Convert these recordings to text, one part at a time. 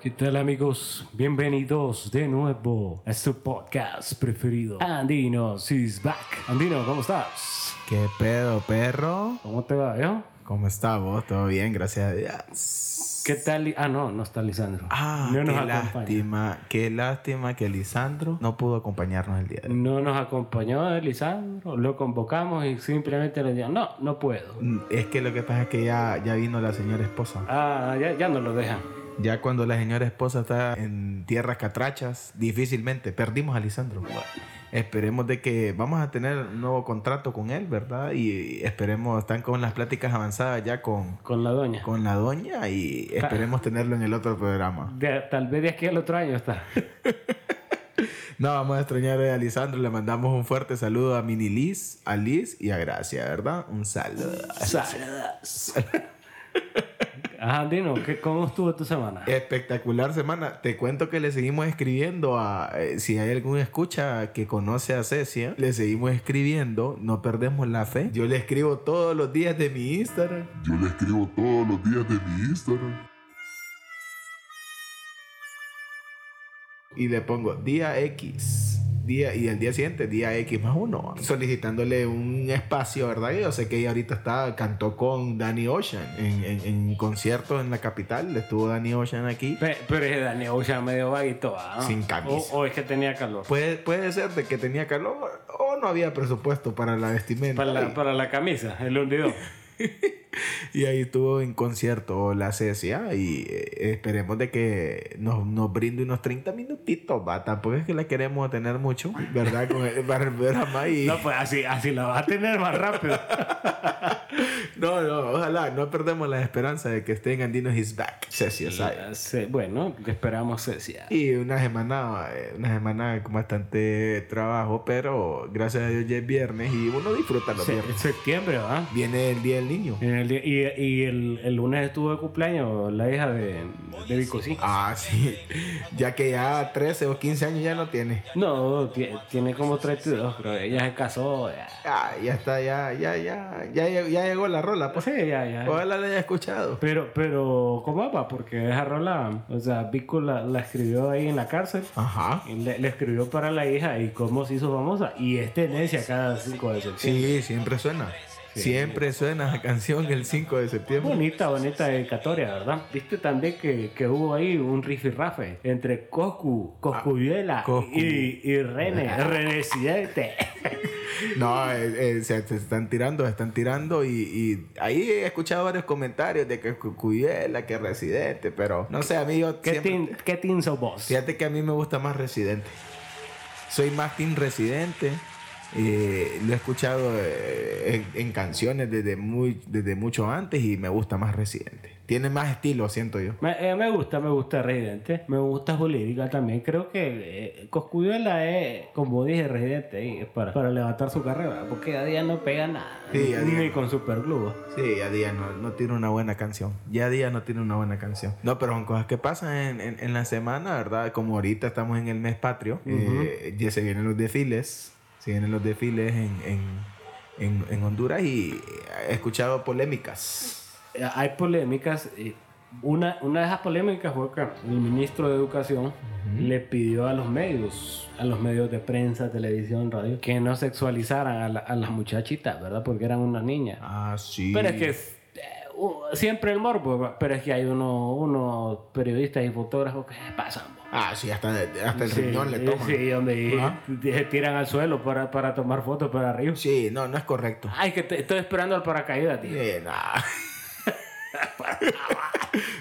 ¿Qué tal amigos? Bienvenidos de nuevo a su podcast preferido. Andino is back. Andino, ¿cómo estás? ¿Qué pedo, perro? ¿Cómo te va, yo? ¿Cómo está vos? ¿Todo bien? Gracias a Dios. ¿Qué tal? Li- Ah, no, no está Lisandro. Ah, no qué nos acompaña. lástima, qué lástima que Lisandro no pudo acompañarnos el día de hoy. No nos acompañó eh, Lisandro, lo convocamos y simplemente le dijeron, no, no puedo. Mm, Es que lo que pasa es que ya, ya vino la señora esposa. Ah, ya, ya no lo dejan. Ya cuando la señora esposa está en tierras catrachas, difícilmente perdimos a Lisandro. Esperemos de que vamos a tener un nuevo contrato con él, ¿verdad? Y esperemos, están con las pláticas avanzadas ya con, Con la doña. con la doña y Ah. esperemos tenerlo en el otro programa. De- tal vez de aquí al otro año está. No, vamos a extrañar a Lisandro. Le mandamos un fuerte saludo a Mini Liz, a Liz y a Gracia, ¿verdad? Un saludo. Saludos. Ajá, Ah, Andino, ¿qué- ¿cómo estuvo tu semana? Espectacular semana. Te cuento que le seguimos escribiendo a. eh, si hay algún escucha que conoce a Cecia, le seguimos escribiendo. No perdemos la fe. Yo le escribo todos los días de mi Instagram. Yo le escribo todos los días de mi Instagram. y le pongo día X. Día, y el día siguiente, día X más uno. Solicitándole un espacio, ¿verdad? Yo sé que ella ahorita está, cantó con Danny Ocean en, en, en concierto en la capital. Estuvo Danny Ocean aquí. Pe- Pero es Daniel Ocean medio vaguito, ¿ah? Sin camisa. Pues, O, o es que tenía calor. Puede, puede ser de que tenía calor o no había presupuesto para la vestimenta. Para Y- la, para la camisa, el hundidón. Y ahí estuvo en concierto la CSA y eh, esperemos de que nos, nos brinde unos 30 minutitos, va. Tampoco es que la queremos tener mucho, ¿verdad? Con el programa y... No, pues así, así la vas a tener más rápido. No, no, ojalá, no perdemos la esperanza de que esté en Andino His Back, Ceci Osaya. Sí, bueno, te esperamos Cecia. Y una semana, eh, una semana con bastante trabajo, pero gracias a Dios ya es viernes y uno disfruta los Se- viernes. septiembre, ¿ah? Viene el Día del Niño. En el día- y y el, el lunes estuvo de cumpleaños la hija de, de Vico, sí. Ah, sí, ya que ya 13 o 15 años ya no tiene. No, ti- tiene como 32, creo. Ella se casó. Ya. Ah, ya está, ya, ya, ya, ya, ya, ya llegó la rola, pues. Sí, ya, ya. Ojalá la haya escuchado. Pero, pero, ¿cómo va? Porque esa rola, o sea, Vico la, la escribió ahí en la cárcel. Ajá. Y Le, le escribió para la hija y cómo se hizo famosa. Y es tendencia cada 5 de septiembre. Sí, siempre suena. Siempre suena la canción el 5 de septiembre. Bonita, bonita dedicatoria, ¿verdad? Viste también que, que hubo ahí un rifirrafe entre Coscu, Coscuyuela Ah, Coscu. Ah. y, y René, Renesidente. No, eh, eh, se, se están tirando, se están tirando y, y ahí he escuchado varios comentarios de que Cuyela, que Residente, pero no sé, amigo, ¿Qué tin, ¿Qué tin sos vos? fíjate que a mí me gusta más Residente. Soy más Team Residente. eh, lo he escuchado eh, en, en canciones desde, muy, desde mucho antes y me gusta más Residente. Tiene más estilo, siento yo. Me, eh, me gusta, me gusta Residente. Me gusta Julidica también. Creo que eh, Coscuyuela es, como dije, Residente ahí, es para, para levantar su carrera. Porque a día no pega nada. Sí, a día ni con Superglue. Sí, ya día no, no tiene una buena canción. Ya día no tiene una buena canción. No, pero son cosas que pasan en, en- en la semana, ¿verdad? Como ahorita estamos en el mes patrio, eh, ya se vienen los desfiles. Se vienen los desfiles en, en- en- en Honduras y he escuchado polémicas. Eh, Hay polémicas. eh, Una, una de esas polémicas fue que el ministro de Educación le pidió a los medios, a los medios de prensa, televisión, radio, que no sexualizaran a, la- a las muchachitas, ¿verdad? Porque eran unas niñas. Ah, sí. Pero es que eh, u- siempre el morbo, ¿verdad? pero es que hay uno- unos periodistas y fotógrafos que se pasan. bo. Ah, sí, hasta, hasta el Sí, riñón le toman. Sí. Sí, donde y- Ajá. y se tiran al suelo para, para tomar fotos para arriba. no, no es correcto. Ay, que te- estoy esperando al paracaídas, tío. Eh,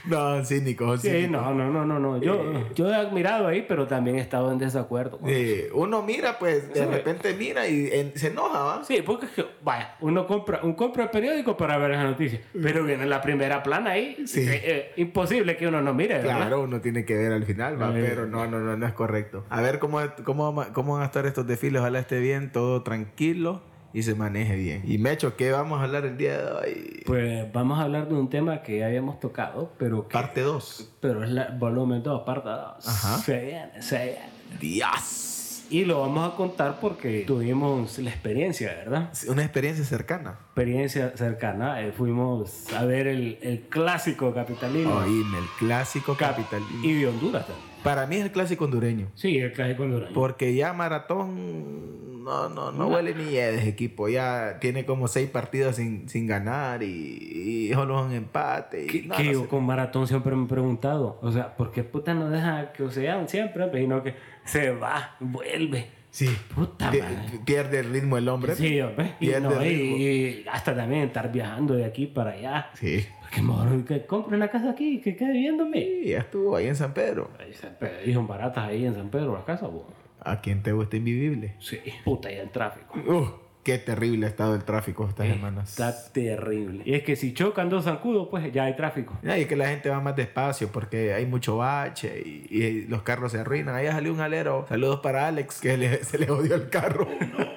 no. no, cínico, Sí, cínico. no, no, no, no, no. Yo, yo he admirado ahí, pero también he estado en desacuerdo. con- Eh, uno mira, pues de repente mira y en- se enoja, ¿va? Sí, porque es que, vaya, uno compra, un compra el periódico para ver las noticias, pero viene la primera plana ahí. eh, Sí. eh, eh, imposible que uno no mire, ¿verdad? Claro, uno tiene que ver al final, va, Eh. pero no, no, no, no es correcto. A ver cómo, cómo, va- cómo van a estar estos desfiles. Ojalá esté bien, todo tranquilo y se maneje bien. Y Mecho, ¿qué vamos a hablar el día de hoy? Pues vamos a hablar de un tema que ya habíamos tocado, pero que, Parte 2. pero es la volumen 2, parte 2. Ajá. Se viene, se viene. Dios. Y lo vamos a contar porque tuvimos la experiencia, ¿verdad? Una experiencia cercana. Experiencia cercana. eh, fuimos a ver el, el clásico capitalino. Oíme, el clásico Cap- capital. Y de Honduras también. Para mí es el clásico hondureño. Sí, el clásico hondureño. Porque ya maratón no, no, no huele ni de ese equipo. Ya tiene como seis partidos sin, sin ganar y, y solo un empate. Y, que, no, que no yo sé. con maratón siempre me he preguntado, o sea, ¿por qué puta no deja que sean siempre? hombre? Sino que se va, vuelve. Sí. Puta Pi- madre. Pierde el ritmo el hombre. Sí, hombre. Y, pierde no, y- ritmo. y hasta también estar viajando de aquí para allá. Sí. Porque mejor que compre una casa aquí y que quede viéndome. Sí, ya estuvo ahí en San Pedro. Ahí se- pero Y son baratas ahí en San Pedro las casas, vos. ¿A quién te gusta invivible? Sí. Puta, y el tráfico. Uf, qué terrible ha estado el tráfico estas Eh, semanas. Está terrible. Y es que si chocan dos zancudos, pues ya hay tráfico. Y que la gente va más despacio porque hay mucho bache y, y los carros se arruinan. Ahí salió un alero. Saludos para Alex, que le- se le jodió el carro.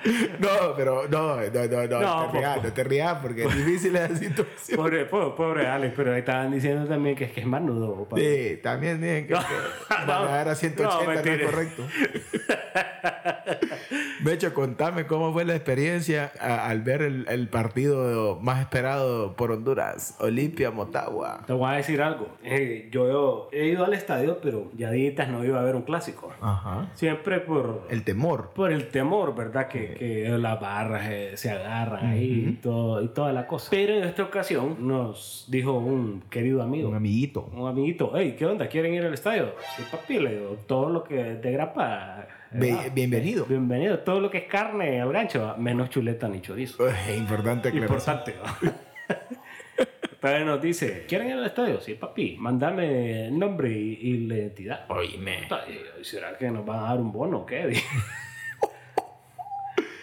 No, pero no, no, no, no, No, te rías, po- no te rías porque es difícil la situación. Pobre, pobre, pobre Alex, pero ahí estaban diciendo también que es que es manudo. vos, papá. Sí, también dicen que, que manejar a no, 180 no, es mentira. correcto. Becho, contame cómo fue la experiencia a- al ver el, el partido más esperado por Honduras, Olimpia Motagua. Te voy a decir algo. Eh, yo he ido al estadio, pero ya ditas no iba a ver un clásico. Ajá. Siempre por el, El temor. por el temor, ¿verdad? Que, que las barras eh, se agarran ahí y, todo, y toda la cosa. Pero en esta ocasión nos dijo un querido amigo. Un amiguito. Un amiguito, hey, ¿qué onda? ¿Quieren ir al estadio? Sí, papi, le digo, todo lo que es de grapa. Be- ¿verdad? bienvenido. Bienvenido, todo lo que es carne al gancho, ¿va? menos chuleta ni chorizo. Es importante aclarar. Importante. ¿no? Todavía nos dice, ¿quieren ir al estadio? Sí, papi, mandame el nombre y, y la identidad. Oíme. Ay, ¿Será que nos van a dar un bono o qué? Dije,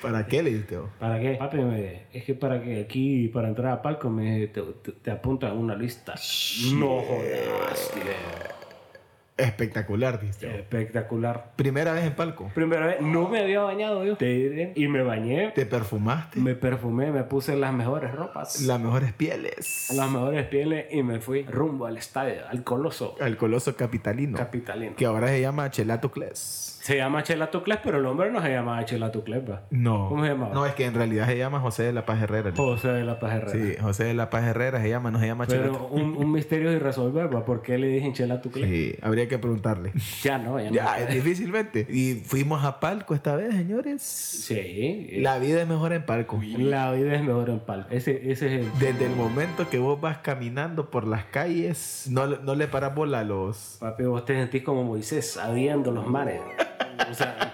¿Para qué le diste? oh? vos? ¿Para qué? Papi, me- es que para que aquí, para entrar a palco, me, te, te- te apuntan una lista. No jodas, tío. Espectacular, diste. vos. Espectacular. Primera vez en palco. Primera vez, no me había bañado yo. Te diré, Y me bañé, Te perfumaste. me perfumé, me puse las mejores ropas. Las mejores pieles. las mejores pieles y me fui rumbo al estadio, al coloso. Al coloso capitalino. Capitalino. que ahora se llama Chelato Cles. Se llama Chela Tucles, pero el hombre no se llama Chela Tucles, ¿verdad? No. ¿Cómo se llamaba? No, es que en realidad se llama José de la Paz Herrera. José de la Paz Herrera. Sí, José de la Paz Herrera se llama, no se llama Chelato. Pero un, un misterio sin resolver, ¿va? ¿Por qué le dicen Chela Tucles? Sí, habría que preguntarle. Ya no, ya no. ya, difícilmente. Y fuimos a Palco esta vez, señores. Sí. La, La vida es mejor en Palco. vida es mejor en palco. Ese, ese es el... Desde el momento que vos vas caminando por las calles, no, le- no le paras bola a los... Papi, vos te sentís como Moisés, sabiendo los mares. O sea...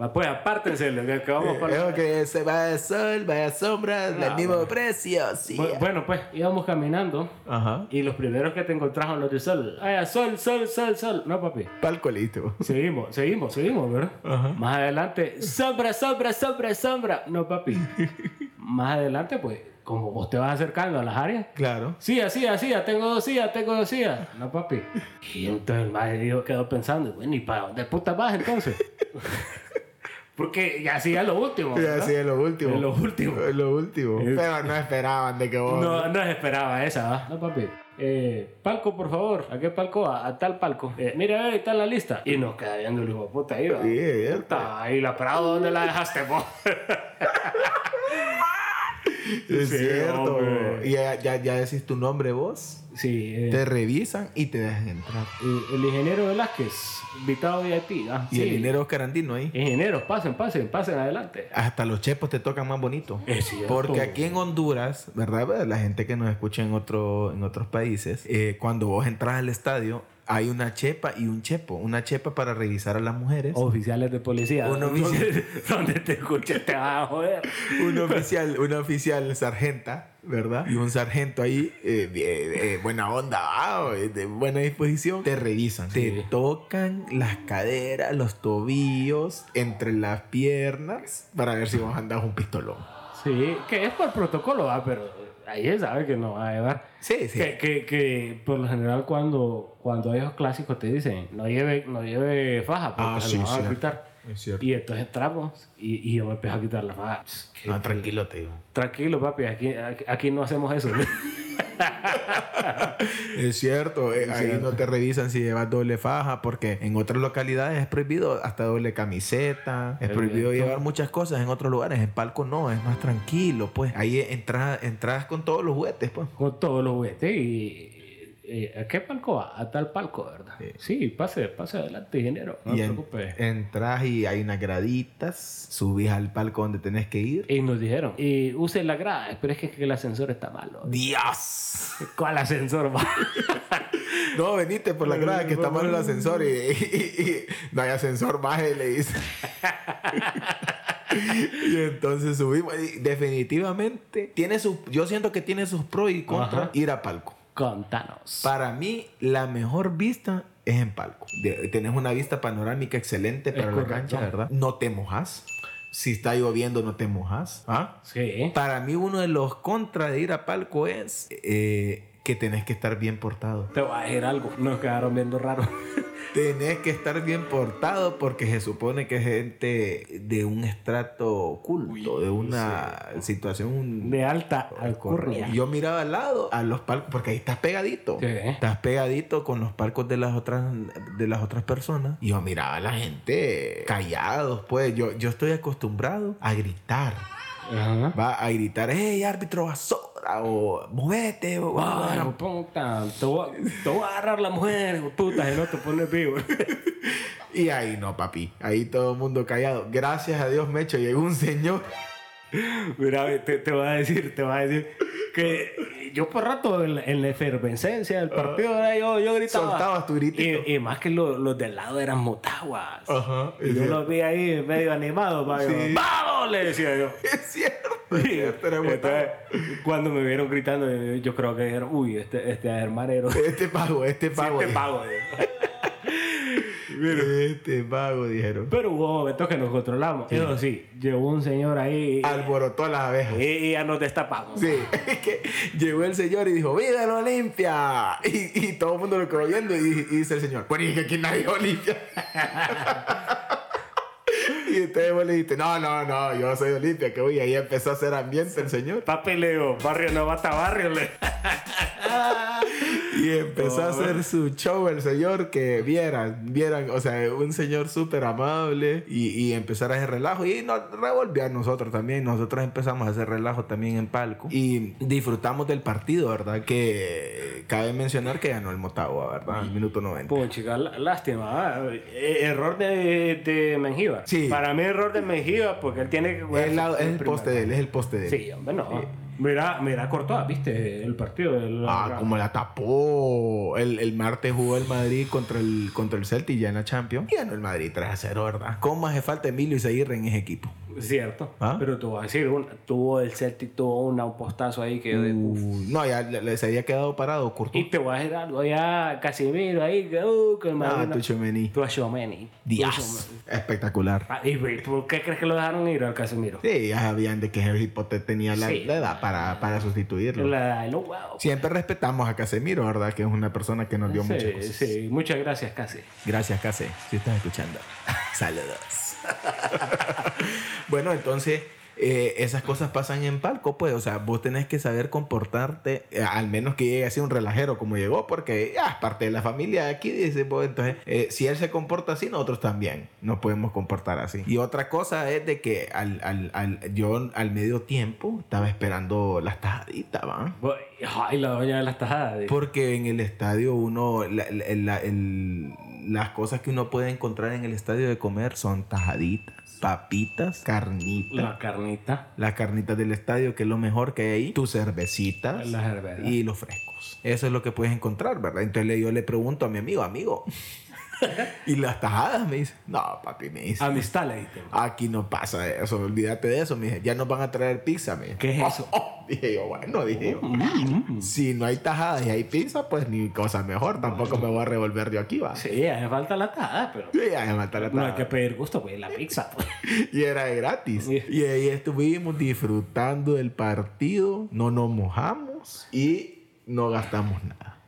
va, Pues apártense, que que vamos para... Creo Eh, que se va el sol, va a sombra, del mismo precio, sí. Bu- Bueno, pues íbamos caminando Ajá. y los primeros que te encontraron los de sol. Ay, sol, sol, sol, sol. No, papi. Palco le diste vos. Seguimos, seguimos, seguimos, ¿verdad? Ajá. Más adelante, sombra, sombra, sombra, sombra. No, papi. Más adelante, pues, como vos te vas acercando a las áreas. Claro. Sí, así, así, ya tengo dos sillas, tengo dos sillas. No, papi. Y entonces el maestro yo quedó pensando, bueno, ¿y para dónde puta vas entonces? Porque ya hacía lo último. Ya, ¿verdad? sí, es lo último. Es lo último. Es lo último. Es- Pero no esperaban de que vos... No, no se esperaba esa, ¿va? No, papi. Eh, palco, por favor. ¿A qué palco? A, a tal palco. Eh, mira, a ver, ahí está la lista. Y nos queda viendo el hijo de puta ahí, ¿va? Sí, es cierto. Puta, ahí la Prado, ¿dónde la dejaste, vos? Es Sí, cierto. hombre. Y ya, ya, ya decís tu nombre vos. Sí, eh, Te revisan y te dejan entrar. eh, el ingeniero Velázquez, invitado VIP. Ah, Y sí. Eh. el dinero Oscar Andino ahí. Ingenieros, pasen, pasen, pasen adelante. Hasta los chepos te tocan más bonito. Es cierto. Porque aquí en Honduras, ¿verdad? La gente que nos escucha en, otro, en otros países, eh, cuando vos entras al estadio, hay una chepa y un chepo. Una chepa para revisar a las mujeres. Oficiales de policía. Un ¿dónde- oficial. ¿Dónde te escuches te vas a joder. un oficial, un oficial sargenta, ¿verdad? Y un sargento ahí, eh, eh, eh, buena onda, ah, eh, de buena disposición, te revisan. Te Sí. tocan las caderas, los tobillos, entre las piernas, para ver si vos andás un pistolón. Sí, que es por protocolo, ¿va? Pero ahí sabe que no va a llevar. Sí, sí. Que, que, que por lo general cuando, cuando hay los clásicos te dicen, no lleve, no lleve faja porque Ah, se sí, lo van a cierto. quitar. Es cierto. Y entonces entramos y, y yo me Ah. empiezo a quitar la faja. Pss, qué- No, tranquilo, te digo. tranquilo, papi, aquí, aquí, aquí no hacemos eso. Es cierto, eh, ahí no te revisan si llevas doble faja, porque en otras localidades es prohibido hasta doble camiseta, es prohibido llevar muchas cosas en otros lugares. En palco no, es más tranquilo, pues. Ahí entras, entras con todos los juguetes, pues. Con todos los juguetes y... eh, ¿A qué palco va? A tal palco, ¿verdad? Sí, pase, pase adelante, ingeniero. No y te en- preocupes. entras y hay unas graditas, subís al palco donde tenés que ir. Y nos dijeron, y use la grada, pero es que el ascensor está malo. ¡Dios! ¿Cuál ascensor va? No, veniste por la grada que está mal el ascensor y, y- y- y no hay ascensor, baje, le dice. y entonces subimos. Y definitivamente, tiene sus, yo siento que tiene sus pros y contras Ajá. ir a palco. Contanos. Para mí, la mejor vista es en palco. De- tenés una vista panorámica excelente Es para la correcto. cancha, ¿verdad? No te mojas. Si está lloviendo, no te mojas. ¿Ah? sí. Para mí, uno de los contras de ir a palco es eh, que tenés que estar bien portado. Te voy a decir algo. Nos quedaron viendo raro. Tenés que estar bien portado porque se supone que es gente de un estrato oculto, de una situación De alta alcurnia. alcornia. Yo miraba al lado a los palcos, porque ahí estás pegadito. Sí. Estás pegadito con los palcos de las otras de las otras personas. Y yo miraba a la gente callados, pues. Yo, yo estoy acostumbrado a gritar. Ajá. Va a gritar, hey, árbitro basura, o movete, o Ay, hijo puta, te voy, a- te voy a agarrar la mujer, hijo puta, si no te pones vivo. Y ahí no, papi. Ahí todo el mundo callado. Gracias a Dios, Mecho, llegó un señor. Mira, te, te voy a decir, te voy a decir que yo por rato en la, en la efervescencia del partido, era yo, yo gritaba. Soltabas tu gritito. Y, y más que lo- los del lado eran motaguas. Ajá, Y es yo cierto. los vi ahí medio animados. pa, yo, Sí. ¡Vamos! Le decía yo. Es cierto. es cierto, era Entonces, botado. cuando me vieron gritando, yo- yo creo que dijeron, uy, este, este es hermanero. Este pago, este pago. Este dijeron. pago. Este pago, dijeron. Pero hubo momentos que nos controlamos. Eso sí, llegó un señor ahí y- Alborotó a las abejas. y, y ya nos destapamos. Ah. Sí, es que llegó el señor y dijo, ¡Vida la Olimpia! Y, y todo el mundo lo quedó viendo y, y dice el señor, bueno, y es que aquí nadie Olimpia. y entonces vos le dijiste, no, no, no, yo soy Olimpia, que voy. Y ahí empezó a hacer ambiente el señor. Papi le digo, barrio no basta barrio. le- Y empezó a hacer su show el señor que vieran, vieran, o sea, un señor súper amable y, y empezar a hacer relajo y nos revolvió a nosotros también. Nosotros empezamos a hacer relajo también en palco y disfrutamos del partido, ¿verdad? Que cabe mencionar que ganó el Motagua, ¿verdad? Al minuto 90. Puchica, lá- lástima. ah, eh, Error de, de Mengíbar. Sí. Para mí, error de Mengíbar porque él tiene que jugar. Es, la- es el primero. poste de él, es el poste de él. Sí, hombre, no. Mira, mira, Cortó, viste el partido. del- Ah, como la tapó. El, el martes jugó el Madrid contra el, contra el Celtic ya en la Champions. Y ganó el Madrid 3 a 0, ¿verdad? ¿Cómo hace falta Emilio Izaguirre en ese equipo? Cierto. ¿Ah? Pero tú vas a decir, una- tuvo el Celtic, tuvo una- un postazo ahí que yo Mm. de- Uy, Uh, no, ya le- les había quedado parado Courtois. Y te voy a decir algo allá, Casimiro ahí, que, uh, que el Ah, Madrid no- tu Chomeni. Tú a Tchouameni. Tú a Dios. Tchouameni. Espectacular. Ah, ¿Y güey, por qué crees que lo dejaron ir al Casimiro? Sí, ya sabían de que Harry Potter tenía la, Sí. la edad para, para sustituirlo. La, el- wow. Siempre respetamos a Casemiro, ¿verdad? Que es una persona que nos dio muchas pues. Sí, cosas. sí, muchas gracias, Casi. Gracias, Case, si estás escuchando. Saludos. bueno, entonces, eh, esas cosas pasan en palco, pues. O sea, vos tenés que saber comportarte, eh, al menos que llegue así un relajero como llegó, porque ya es parte de la familia de aquí, dice, pues. Entonces, eh, si él se comporta así, nosotros también nos podemos comportar así. Y otra cosa es de que al, al- al- yo al medio tiempo estaba esperando las tajaditas, ¿va? Voy- Ay, la doña de las tajadas. de- Porque en el estadio uno, la- la- la- el- las cosas que uno puede encontrar en el estadio de comer son tajaditas, papitas, carnitas. La La. carnita. Las carnitas del estadio, que es lo mejor que hay ahí. Tus cervecitas Las cervezas. y los frescos. Eso es lo que puedes encontrar, ¿verdad? Entonces le- yo le pregunto a mi amigo, amigo. y las tajadas me dice, no, papi, me dice. Amistad, le dije. Aquí no pasa eso, olvídate de eso, me dice. Ya nos van a traer pizza, me dice. ¿Qué es eso? Oh, dije yo, bueno, dije yo. Si no hay tajadas y hay pizza, pues ni cosa mejor. Tampoco me voy a revolver yo aquí, va. Sí, oh, Sí, hace falta la tajada, pero además está la no hay que tajada. pedir gusto, pues la pizza. pues. Y era de gratis. Sí. Y ahí estuvimos disfrutando del partido. No nos mojamos y no gastamos nada.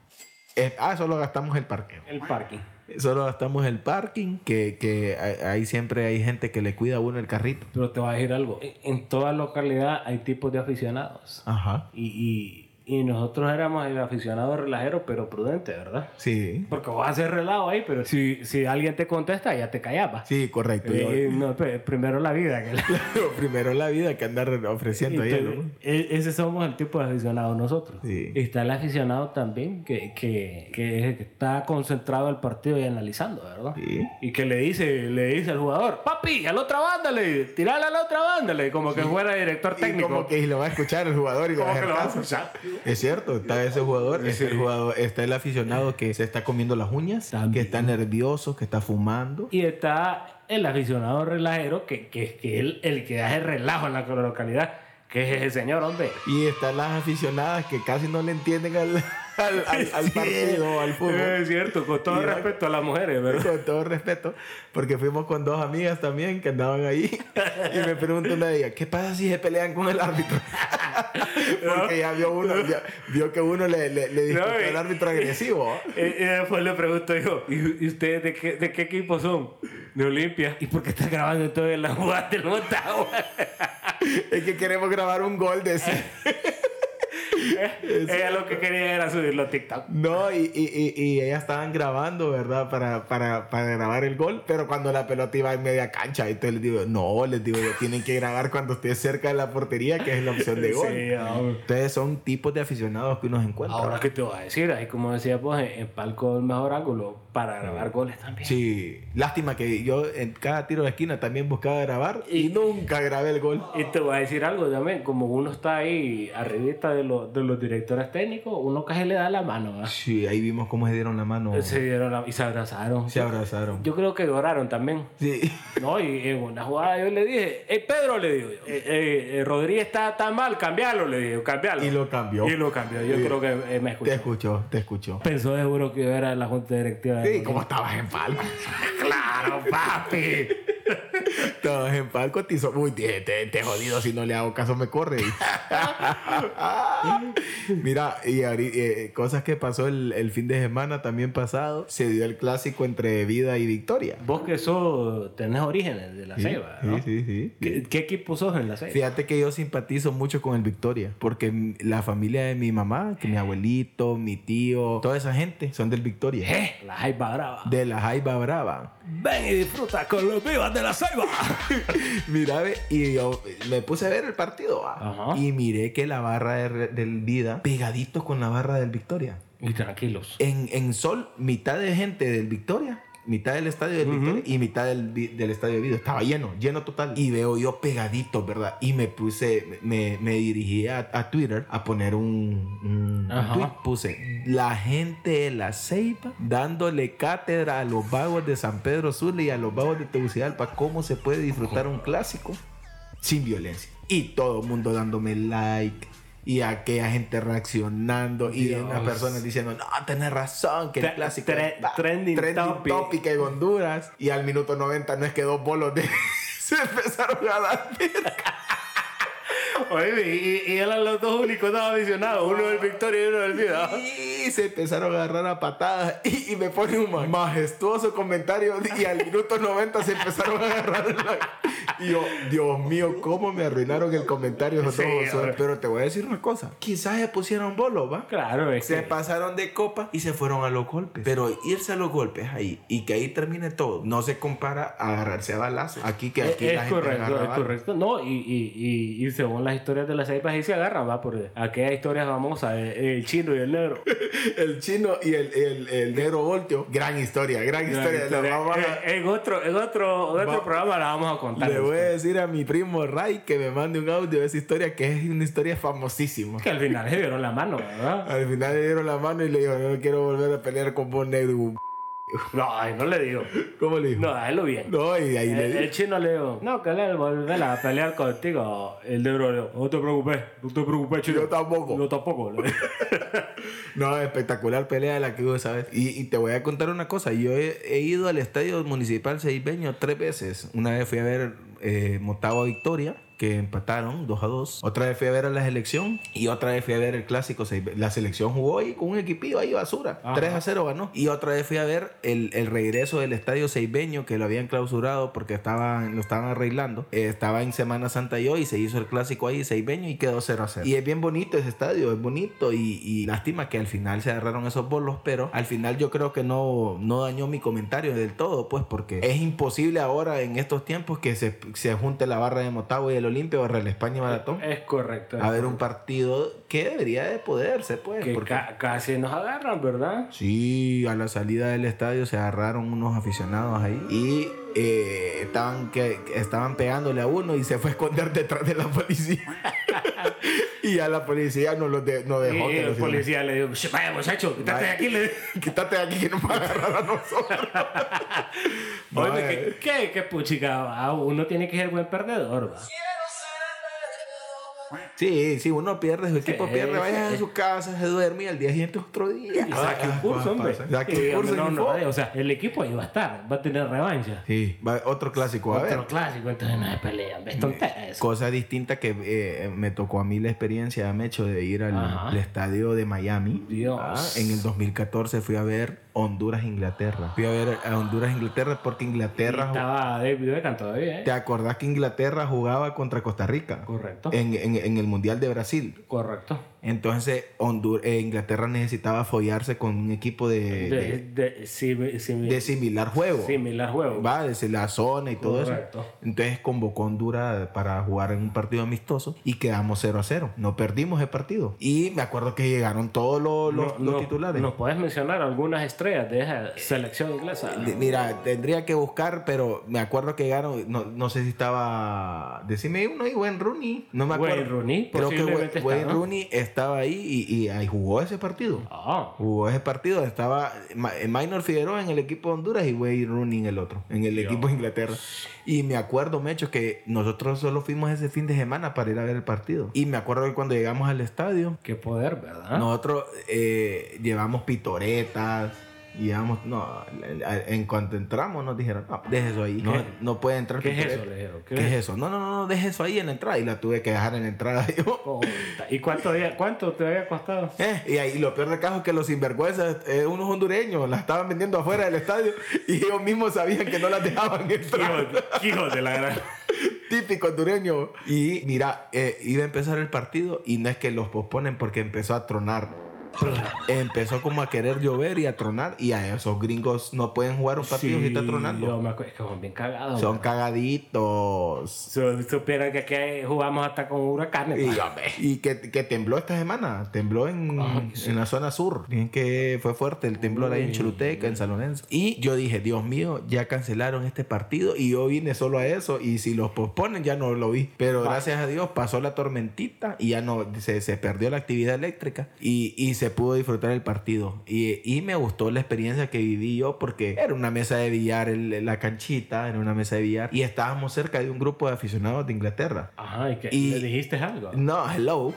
Es- ah, solo gastamos el parqueo. El parking. Solo gastamos el parking, que, que a- ahí siempre hay gente que le cuida a uno el carrito. Pero te voy a decir algo. En- En toda localidad hay tipos de aficionados. Ajá. Y, y- Y nosotros éramos el aficionado relajero, pero prudente, ¿verdad? Sí. Porque vas a hacer relajo ahí, pero si, si alguien te contesta, ya te callabas. Sí, correcto. Yo- Eh, no, pe- primero la vida. que la- Primero la vida que andar ofreciendo ahí. Entonces, loco. e- ese somos el tipo de aficionado nosotros. Sí. Está el aficionado también que, que, que es el que está concentrado al partido y analizando, ¿verdad? Sí. Y que le dice, le dice al jugador, papi, a la otra banda, le dice, tirale a la otra banda, le dice, como que fuera director Y técnico. como que lo va a escuchar el jugador y le va a Como que hacer lo va a caso. escuchar. Es cierto, está ese jugador, es el jugador, está el aficionado que se está comiendo las uñas, que También. está nervioso, que está fumando. Y está el aficionado relajero, que, que es que él- el que hace relajo en la localidad, que es ese señor, hombre. Y están las aficionadas que casi no le entienden al, al, al- al Sí. partido, al fútbol. Es cierto, con todo Y va- respeto a las mujeres, ¿verdad? Con todo respeto, porque fuimos con dos amigas también que andaban ahí. Y me preguntó una de ellas, ¿qué pasa si se pelean con el árbitro? Porque ya vio uno, ya vio que uno le, le, le discutió No, y- al árbitro agresivo. Eh, Y después le pregunto yo, ¿y, y ustedes de qué, de qué equipo son? De Olimpia. ¿Y por qué estás grabando todo en la jugada del Motagua? Es que queremos grabar un gol de ese. Ella lo que quería era subirlo a TikTok. No, y, y, y, y ellas estaban grabando, ¿verdad? Para, para, para grabar el gol, pero cuando la pelota iba en media cancha, entonces les digo, no, les digo, yo, tienen que grabar cuando esté cerca de la portería, que es la opción de gol. Sí, ahora. Ustedes son tipos de aficionados que uno encuentra. Ahora, ¿qué te voy a decir? Ahí, como decía, pues, en, en palco el mejor ángulo para grabar goles también. Sí, lástima que yo en cada tiro de esquina también buscaba grabar y, nunca grabé el gol. Y te voy a decir algo también, como uno está ahí arribita de, los de los directores técnicos, uno casi le da la mano. ¿verdad? Sí, ahí vimos cómo se dieron la mano. Se dieron la- y se abrazaron. Se abrazaron. Yo creo que lloraron también. Sí. No, y en una jugada yo le dije, hey Pedro, le digo yo, eh, eh, eh, Rodríguez está tan mal, cambialo, le digo, cambialo. Y lo cambió. Y lo cambió, yo Sí. creo que eh, me escuchó. Te escuchó, te escuchó. Pensó seguro que yo era la junta directiva. de Sí, Rodríguez. ¿cómo estabas en palco? Claro, papi. Estabas en palco, te hizo, uy, te, te- te he jodido, si no le hago caso me corre. Mira, y ahori- eh, cosas que pasó el, el fin de semana también pasado, se dio el clásico entre vida y victoria. Vos que sos, tenés orígenes de la ceiba, ¿no? sí, sí, sí. ¿Qué, qué equipo sos en la ceiba? Fíjate que yo simpatizo mucho con el Victoria, porque m- la familia de mi mamá, que mi abuelito, mi tío, toda esa gente son del Victoria, Eh, La jaiba brava. de la Jaiba Brava. Ven y disfruta con los vivas de la ceiba. Mira, ve, y yo me puse a ver el partido. va. Ajá. Y miré que la barra de re- del Vida, pegadito con la barra del Victoria. y tranquilos. En, en Sol, mitad de gente del Victoria, mitad del estadio del Victoria y mitad del, vi- del estadio de Vida. Estaba lleno, lleno total. Y veo yo pegadito, ¿verdad? Y me puse, me, me dirigí a, a Twitter a poner un, un Ajá. tweet. Puse, la gente de la Ceiba dándole cátedra a los vagos de San Pedro Sula y a los vagos de Tegucigalpa cómo se puede disfrutar un clásico sin violencia. Y todo el mundo dándome like. Y aquella gente reaccionando. Y Dios. una persona diciendo, no, tenés razón, que el Tre- clásico tre- es- va, trending topic. en Honduras. Y al minuto 90 no es que dos bolos de... se empezaron a dar. Oye, y, y eran los dos únicos dos aficionados, uno del Victoria y uno del Vida. Y se empezaron a agarrar a patadas. Y, y me pone un ma- majestuoso comentario. Y al minuto 90 se empezaron a agarrar. la- Y yo, Dios mío, cómo me arruinaron el comentario. esos Sí, dos osos. hombre. Pero te voy a decir una cosa. Quizás se pusieron bolos, ¿va? Claro, es Se que... pasaron de copa y se fueron a los golpes. Pero irse a los golpes ahí y que ahí termine todo, no se compara a agarrarse a balazos. Aquí que aquí Eh, es, la es gente correcto, agarra es balas. correcto. No, y, y, y, y según las historias de las cepas ahí se agarran, va, por aquella historia famosa, el, eh, el chino y el negro. El chino y el, el, el negro voltio. Gran historia, gran, historia. Historia. La vamos a- Eh, en otro, en otro, en otro Va- programa la vamos a contar. Le voy a decir a mi primo Ray que me mande un audio de esa historia que es una historia famosísima. Que al final le dieron la mano, ¿verdad? Al final le dieron la mano y le dijo, no quiero volver a pelear con vos, negro. No, ay, no le digo. ¿Cómo le dijo? No, Eh, a él lo bien. No, y ahí le El, el dijo. chino le digo, no, que le volver a pelear contigo. El negro le digo, no te preocupes, no te preocupes, chino. Yo tampoco. Yo tampoco. le digo. No, espectacular pelea la que hubo, ¿sabes? Y, y te voy a contar una cosa. Yo he, he ido al estadio municipal seibeño tres veces. Una vez fui a ver eh, Motagua Victoria. que empataron 2 a 2. Otra vez fui a ver a la selección y otra vez fui a ver el clásico. seis- La selección jugó ahí con un equipillo ahí basura. Ajá. 3 a 0 ganó. Y otra vez fui a ver el, el regreso del estadio Seibeño que lo habían clausurado porque estaban, lo estaban arreglando. Eh, estaba en Semana Santa yo y se hizo el clásico ahí Seibeño y quedó 0 a 0. Y es bien bonito ese estadio, es bonito y, y lástima que al final se agarraron esos bolos, pero al final yo creo que no, no dañó mi comentario del todo, pues porque es imposible ahora en estos tiempos que se, se junte la barra de Motagua y el Olimpia barra el España Maratón Es correcto. a ver un partido que debería de poderse, pues. eh, Que porque- ca- casi nos agarran, ¿verdad? Sí, a la salida del estadio se agarraron unos aficionados ahí y eh, estaban, que, que estaban pegándole a uno y se fue a esconder detrás de la policía. y a la policía no los de- no Y dejó. que el los- policía le dijo, "Sh, vaya muchacho, quítate de aquí. Le... Quítate de aquí que nos va a agarrar a nosotros. No, Oye, eh. ¿qué, qué, qué puchica, va? uno tiene que ser buen perdedor, va. Sí, sí, uno pierde, su equipo Sí, pierde, vaya sí. a su casa, se duerme y al día siguiente otro día. Y saque un Ah, curso, hombre. pasa. Saque Y un curso. no, y no, fue. o sea, el equipo ahí va a estar, va a tener revancha. Sí, va- otro clásico, a Mm. ver. Otro clásico, entonces no se pelean, ves tonteras. eso. Cosa distinta que eh, me tocó a mí la experiencia de Mecho de ir al, Ajá. al estadio de Miami. Ah, Dios. en el 2014 fui a ver Honduras-Inglaterra. Fui a ver a Honduras-Inglaterra porque Inglaterra... ju- Estaba David Beckham todavía, ¿eh? ¿Te acordás que Inglaterra jugaba contra Costa Rica? Correcto. En, en- en el Mundial de Brasil. Correcto. Entonces Hondur- eh, Inglaterra necesitaba follarse con un equipo de, De, de- de, simi- simi- eh, de similar juego. similar juego. Va, desde la zona y todo Correcto. eso. Entonces convocó a Honduras para jugar en un partido amistoso y quedamos 0 a 0. No perdimos el partido. Y me acuerdo que llegaron todos los, los- los titulares. ¿Nos puedes mencionar algunas estrellas de esa selección inglesa? De- Mira, tendría que buscar, pero me acuerdo que llegaron. No, no sé si estaba. Decime uno ahí, Wayne Rooney. No me acuerdo. Wayne Rooney, Creo que Wayne, posiblemente está, Wayne ¿no? Rooney estaba ahí y, y ahí jugó ese partido. Ah, Jugó ese partido. Estaba Ma- Minor Figueroa en el equipo de Honduras y Wayne Rooney en el otro, en el equipo de Inglaterra. Y me acuerdo, Mecho, que nosotros solo fuimos ese fin de semana para ir a ver el partido. Y me acuerdo que cuando llegamos al estadio, qué poder, ¿verdad? nosotros eh, llevamos pitoretas. Llevamos, no, en cuanto entramos nos dijeron, no, deje eso ahí. No, ¿Qué? no puede entrar ¿Qué es pitoreta. eso, le dijeron? ¿Qué ¿Qué, es eso? No, no, no, no, deje eso ahí en la entrada. Y la tuve que dejar en la entrada yo. Puta, ¿Y cuánto, día- cuánto te había costado? Eh, y ahí lo peor del caso es que los sinvergüenzas, eh, unos hondureños, las estaban vendiendo afuera del estadio y ellos mismos sabían que no las dejaban entrar. Hijos de la gran. Típico hondureño. Y mira, eh, iba a empezar el partido y no es que los posponen porque empezó a tronar. Empezó como a querer llover y a tronar y a esos gringos no pueden jugar un partido si está Yo tronando. me acuerdo, es que son bien cagados. Son cagaditos. Su- Supieron que aquí jugamos hasta con huracanes. Y, pa. y que, que tembló esta semana, tembló en, Ay, sí. en la zona sur. Dicen que fue fuerte el temblor ahí en Uy. Choluteca, en San Lorenzo. Y yo dije, Dios mío, ya cancelaron este partido y yo vine solo a eso. Y si los posponen, ya no lo vi. Pero Vaya. gracias a Dios pasó la tormentita y ya no se, se perdió la actividad eléctrica y, y se pudo disfrutar el partido. Y, y me gustó la experiencia que viví yo porque era una mesa de billar, el- la canchita, era una mesa de billar y estábamos cerca de un grupo de aficionados de Inglaterra. Ajá, ¿y qué? Y- ¿Le dijiste algo? No, hello.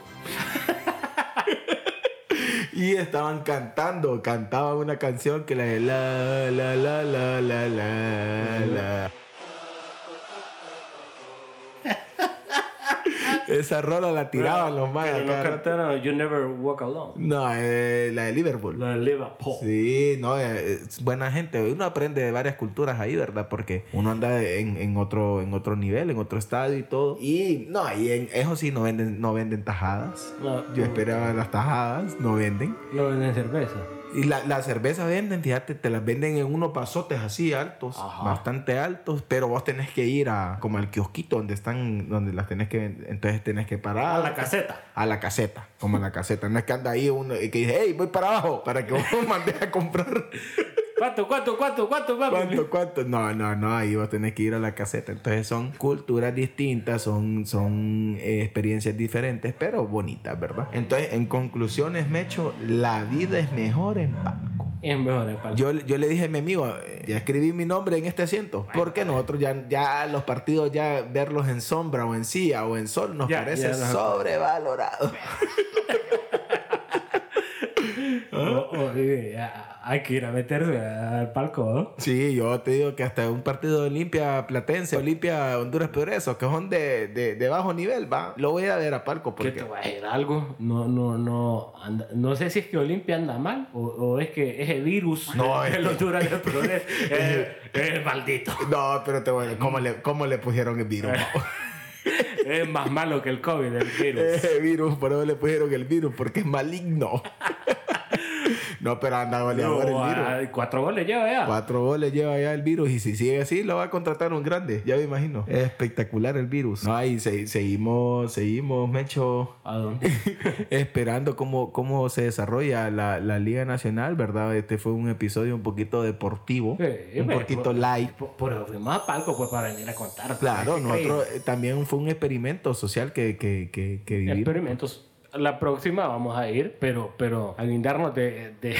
y estaban cantando, cantaban una canción que la de la la la la la la la. Esa rola la tiraban los más. Pero no cantaron You Never Walk Alone. No, eh, la de Liverpool. La de Liverpool. Sí, no, eh, es buena gente. Uno aprende de varias culturas ahí, ¿verdad? Porque uno anda en, en otro, en otro nivel, en otro estadio y todo. Y no, ahí en eso sí no venden, no venden tajadas. No, Yo esperaba las tajadas, no venden. No venden cerveza. Y la, la cerveza venden, fíjate, te las venden en unos vasotes así altos, Ajá. bastante altos, pero vos tenés que ir a como al kiosquito donde están, donde las tenés que vender. Entonces tenés que parar A la caseta. a la caseta, como a la caseta. No es que anda ahí uno y que dice, hey, voy para abajo para que vos mandes a comprar. ¿Cuánto, cuánto, cuánto, cuánto, papi? ¿Cuánto, cuánto? No, no, no, ahí vas a tener que ir a la caseta. Entonces son culturas distintas, son, son eh, experiencias diferentes, pero bonitas, ¿verdad? Entonces, en conclusiones, Mecho, la vida es mejor en palco. Es mejor el palo. Yo, yo le dije a mi amigo, eh, ya escribí mi nombre en este asiento. Porque nosotros ya, ya los partidos, ya verlos en sombra o en silla o en sol, nos Ya, parece ya nos- sobrevalorado. O- o- Oh, y- a- hay que ir a meterse al palco, ¿no? Sí, yo te digo que hasta un partido de Olimpia Platense, Olimpia Honduras Progreso, que son de, de, de bajo nivel, va. Lo voy a ir a ver a Palco Que porque. te voy a decir algo. No, no, no. anda- no sé si es que Olimpia anda mal o, o es que ese virus No, que es- lo dura el progreso es, es maldito. No, pero te voy a decir, ¿cómo le, cómo le pusieron el virus? Es más malo que el COVID, el virus. Ese Eh, virus, por eso le pusieron el virus, porque es maligno. no, pero anda goleador No, el virus. ah, cuatro goles lleva ya. Cuatro goles lleva ya el virus y si sigue así lo va a contratar un grande, ya me imagino. Es espectacular el virus. No, ahí se- seguimos, seguimos, Mecho. ¿A dónde? esperando cómo, cómo se desarrolla la, la Liga Nacional, ¿verdad? Este fue un episodio un poquito deportivo, Sí, un pero- poquito light. Por, por eso fuimos a palco pues para venir a contar. Claro, ¿Qué nosotros eh, también fue un experimento social que, que, que, que creen? vivimos. Experimentos. La próxima vamos a ir, pero, pero a guindarnos de, de,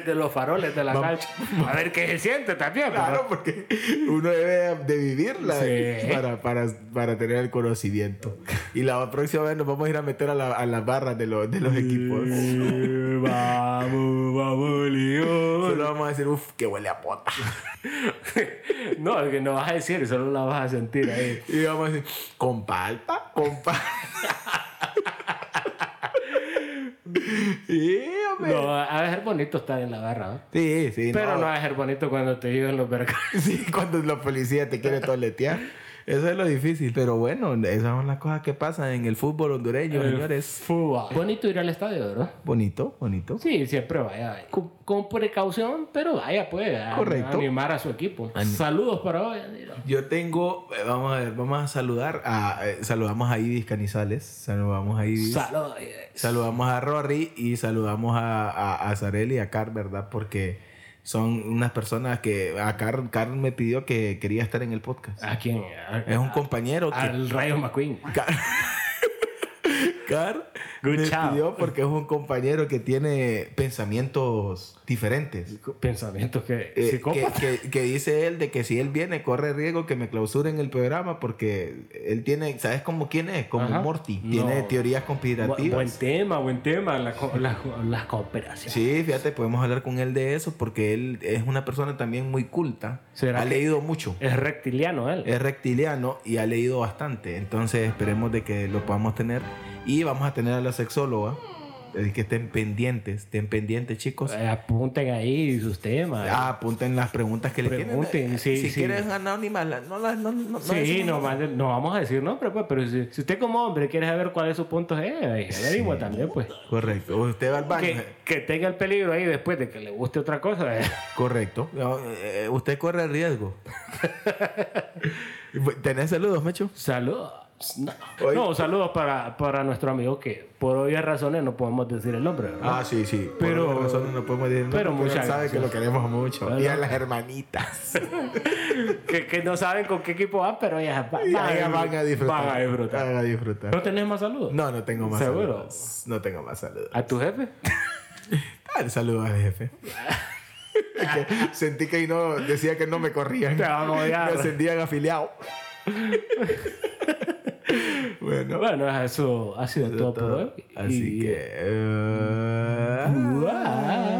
de los faroles de la Vamos. cancha. A ver qué se siente también. pues, Claro, ¿verdad? porque uno debe de vivirla Sí. para, para, para tener el conocimiento. Y la próxima vez nos vamos a ir a meter a, la- a las barras de los, de los equipos. Eh, Vamos, vamos, León. Solo vamos a decir, uff, que huele a pota. No, es que no vas a decir y solo la vas a sentir ahí. Y vamos a decir, con palpa, con palpa. sí, hombre. No, va a ser bonito estar en la barra. ¿no? Sí, sí. Pero no no. va a ser bonito cuando te lleven los vergas. Sí, cuando la policía te quiere toletear. Eso es lo difícil. Pero bueno, esas son las cosas que pasan en el fútbol hondureño, Eh. señores. Fua. Bonito ir al estadio, ¿verdad? Bonito, bonito. Sí, siempre vaya. Con, con precaución, pero vaya, pues. a- Correcto. Animar a su equipo. Saludos para hoy. Andiro. Yo tengo, eh, vamos a ver, vamos a saludar a, eh, saludamos a Ibis Canizales, saludamos a Ibis. Saludos. Saludamos a Rory y saludamos a, a, a Zarel y a Car, ¿verdad? Porque son unas personas que. A Car, Car me pidió que quería estar en el podcast. ¿A quién? A- Es un compañero que. Ah, Al Rayo McQueen. Car, Car Good me job. pidió porque es un compañero que tiene pensamientos diferentes. Pensamientos que. Eh, psicópata. que, que- que dice él de que si él viene corre riesgo que me clausuren el programa porque él tiene, ¿sabes cómo quién es? Como Ajá. Morty, No. tiene teorías Bu- conspirativas. Buen tema, buen tema. La, co- la, la cooperación. Sí, fíjate, podemos hablar con él de eso porque él es una persona también muy culta. ¿Será ha que- leído mucho. Es reptiliano él. Es reptiliano y ha leído bastante. Entonces esperemos de que lo podamos tener. Y vamos a tener a la sexóloga. Así que estén pendientes, estén pendientes chicos. Eh, apunten ahí sus temas. Ah, apunten las preguntas que le tienen. Eh, Pregunten, sí, si sí. quieren anónimas, la- no las no, no, no Sí, decimos no, nada. mande- no vamos a decir nombre, pues, pero si, si usted como hombre quiere saber cuál es su punto G, eh, averigua también, pues. Correcto. O Usted va al baño. Que, que tenga el peligro ahí después de que le guste otra cosa. eh. Correcto. No, eh, Usted corre el riesgo. ¿Tenés saludos, Mecho? Saludos. No, Hoy- no, saludos para, para nuestro amigo que por obvias razones no podemos decir el nombre, ¿verdad? Ah, sí, sí. Pero- Pero por razones no podemos decir pero pero muchas sabe gracias. que lo queremos mucho. Bueno. Y a las hermanitas. Que, que no saben con qué equipo van, pero ellas va- Y ahí van a disfrutar. van a disfrutar. Van a disfrutar. ¿No tenés más saludos? No, no tengo más ¿Seguro? saludos. No tengo más saludos. ¿A tu jefe? Ah, saludos al jefe. Es que sentí que no decía que no me corrían. Te van a odiar. Me sentían afiliado. bueno, Bueno, eso ha sido todo por hoy. Así Y- que. eh, Bye.